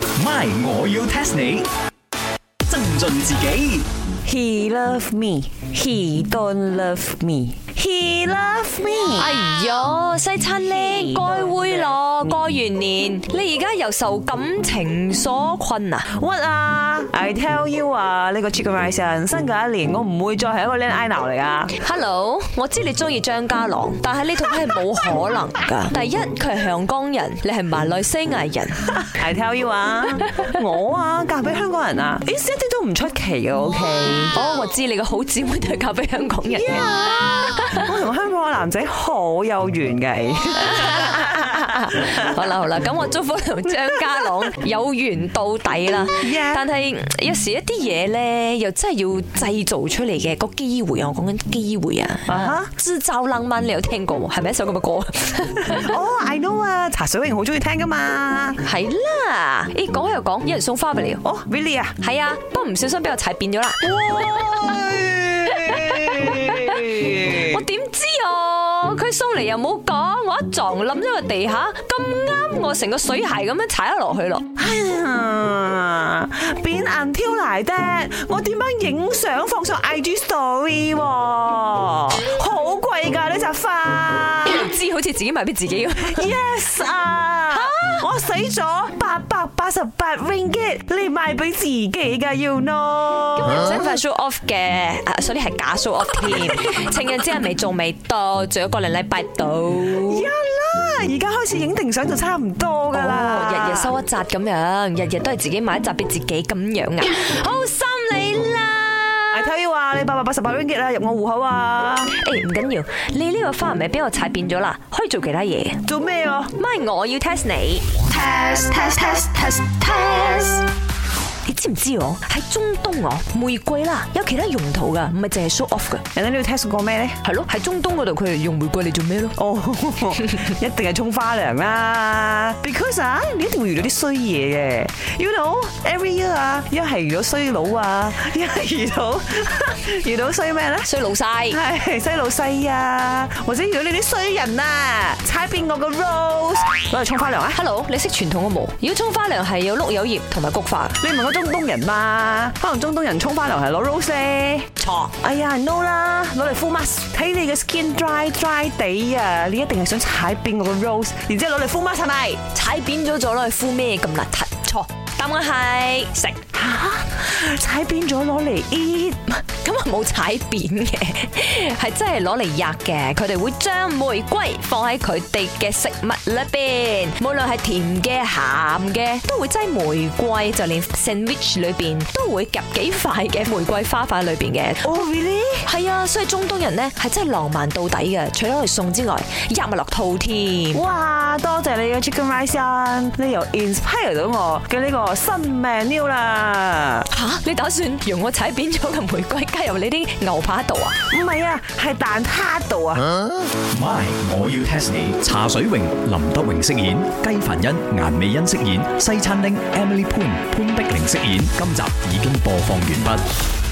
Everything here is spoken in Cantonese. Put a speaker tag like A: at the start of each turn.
A: My，我要 test 你。增進自己
B: He love me, he don't love me, he love me。
C: 哎呦，西餐呢該會咯，過完年你而家又受感情所困啊！
B: What 啊？I tell you 啊，呢個 Chicken Rice 啊人生嘅一年，我唔會再係一個靚 I 鬧嚟啊！
C: Hello，我知你中意張家朗，但係呢套戲係冇可能噶。第一，佢係香港人，你係馬來西亞人，
B: I tell you 啊，我啊嫁俾香港人啊，咦一啲都唔出奇嘅，OK。
C: 哦，我知你個好姊妹都係嫁俾香港人嘅。
B: 我同香港嘅男仔好有緣嘅，
C: 好啦好啦，咁我祝福你同張家朗 有緣到底啦
B: Yeah。
C: 但係有時一啲嘢咧，又真係要製造出嚟嘅個機會啊！我講緊機會
B: 啊
C: 啊，製造浪漫你有聽過喎？係咪一首咁嘅歌？
B: 哦，I know 啊，茶水榮好中意聽噶嘛。
C: 係啦，咦講開又講，有人送花俾你喎。
B: 哦，Billy 啊，
C: 係啊，不過唔小心俾我踩扁咗啦。 我點知啊？佢送嚟又冇講，我一撞冧咗個地下，咁啱我成個水鞋咁樣踩咗落去咯。
B: 啊 扁銀挑嚟的，我點樣影相放上 IG story 喎？好貴㗎呢扎花
C: 唔知好似自己賣俾自己咁。
B: ，yes 啊！我使咗八百八十八 ringgit 嚟賣俾自己㗎，要 no。
C: 唔使快 show off 嘅，啊，sorry 係假 show off 添。情人節係咪仲未到？仲有個零禮拜到。
B: 呀啦，而家開始影定相就差唔多㗎啦
C: 哦，，日日收一扎咁樣，日日都係自己買一扎俾自己咁樣啊，好心你啦
B: I。tell you 啊，你八百八十八 ringgit 啦，入我戶口啊！
C: 誒，唔緊要，你呢個花唔係俾我踩扁咗啦，可以做其他嘢。
B: 做咩啊？
C: 咪我要 test 你。
D: test test test test test
C: 你知唔知我喺中東哦，玫瑰啦，有其他用途噶，唔係淨係 show off 噶。
B: 人哋你要 test 過咩咧？
C: 係咯，喺中東嗰度佢哋用玫瑰嚟做咩咯？
B: 哦，一定係沖花涼啦，because 啊，你一定會遇到啲衰嘢嘅，you know every year 啊， 一係遇到衰佬啊，一係遇到 遇到衰咩咧？
C: 衰老晒，
B: 係衰老細啊，或者遇到呢啲衰人啊，踩扁我個 rose，攞嚟沖花涼啊！
C: Hello，你識傳統嘅冇？妖葱花涼係有碌柚葉同埋菊花。
B: 你問我中東人嘛？可能中東人沖花涼係攞 rose 咧。
C: 錯，
B: 哎呀，no 啦，攞嚟敷 mask，睇你嘅 skin dry dry 地啊，你一定係想踩扁我個 rose，然之後攞嚟敷 mask 係咪？
C: 踩扁咗咗啦，敷咩咁邋遢？錯，答案係食。
B: 吓，啊踩扁咗攞嚟 eat，
C: 咁啊冇踩扁嘅，係真係攞嚟吔嘅。佢哋會將玫瑰放喺佢哋嘅食物裏邊，無論係甜嘅、鹹嘅，都會擠玫瑰，就連 sandwich 裏邊都會夾幾塊嘅玫瑰花瓣裏邊嘅。
B: 哦 really？
C: 係啊，所以中東人呢係真係浪漫到底嘅，除咗嚟送之外，吔埋落肚添。
B: 哇，多謝你嘅 chicken rice 啊！你又 inspire 到我嘅呢個新 menu 啦。
C: 吓，你打算用我踩扁咗嘅玫瑰加入你啲牛扒度啊？
B: 唔係啊，係蛋撻度啊。
A: ，My，我要 test 你。茶水榮、林德榮飾演，雞凡欣、顏美欣飾演，西餐廳 Emily Poon 潘碧玲飾演。今集已經播放完畢。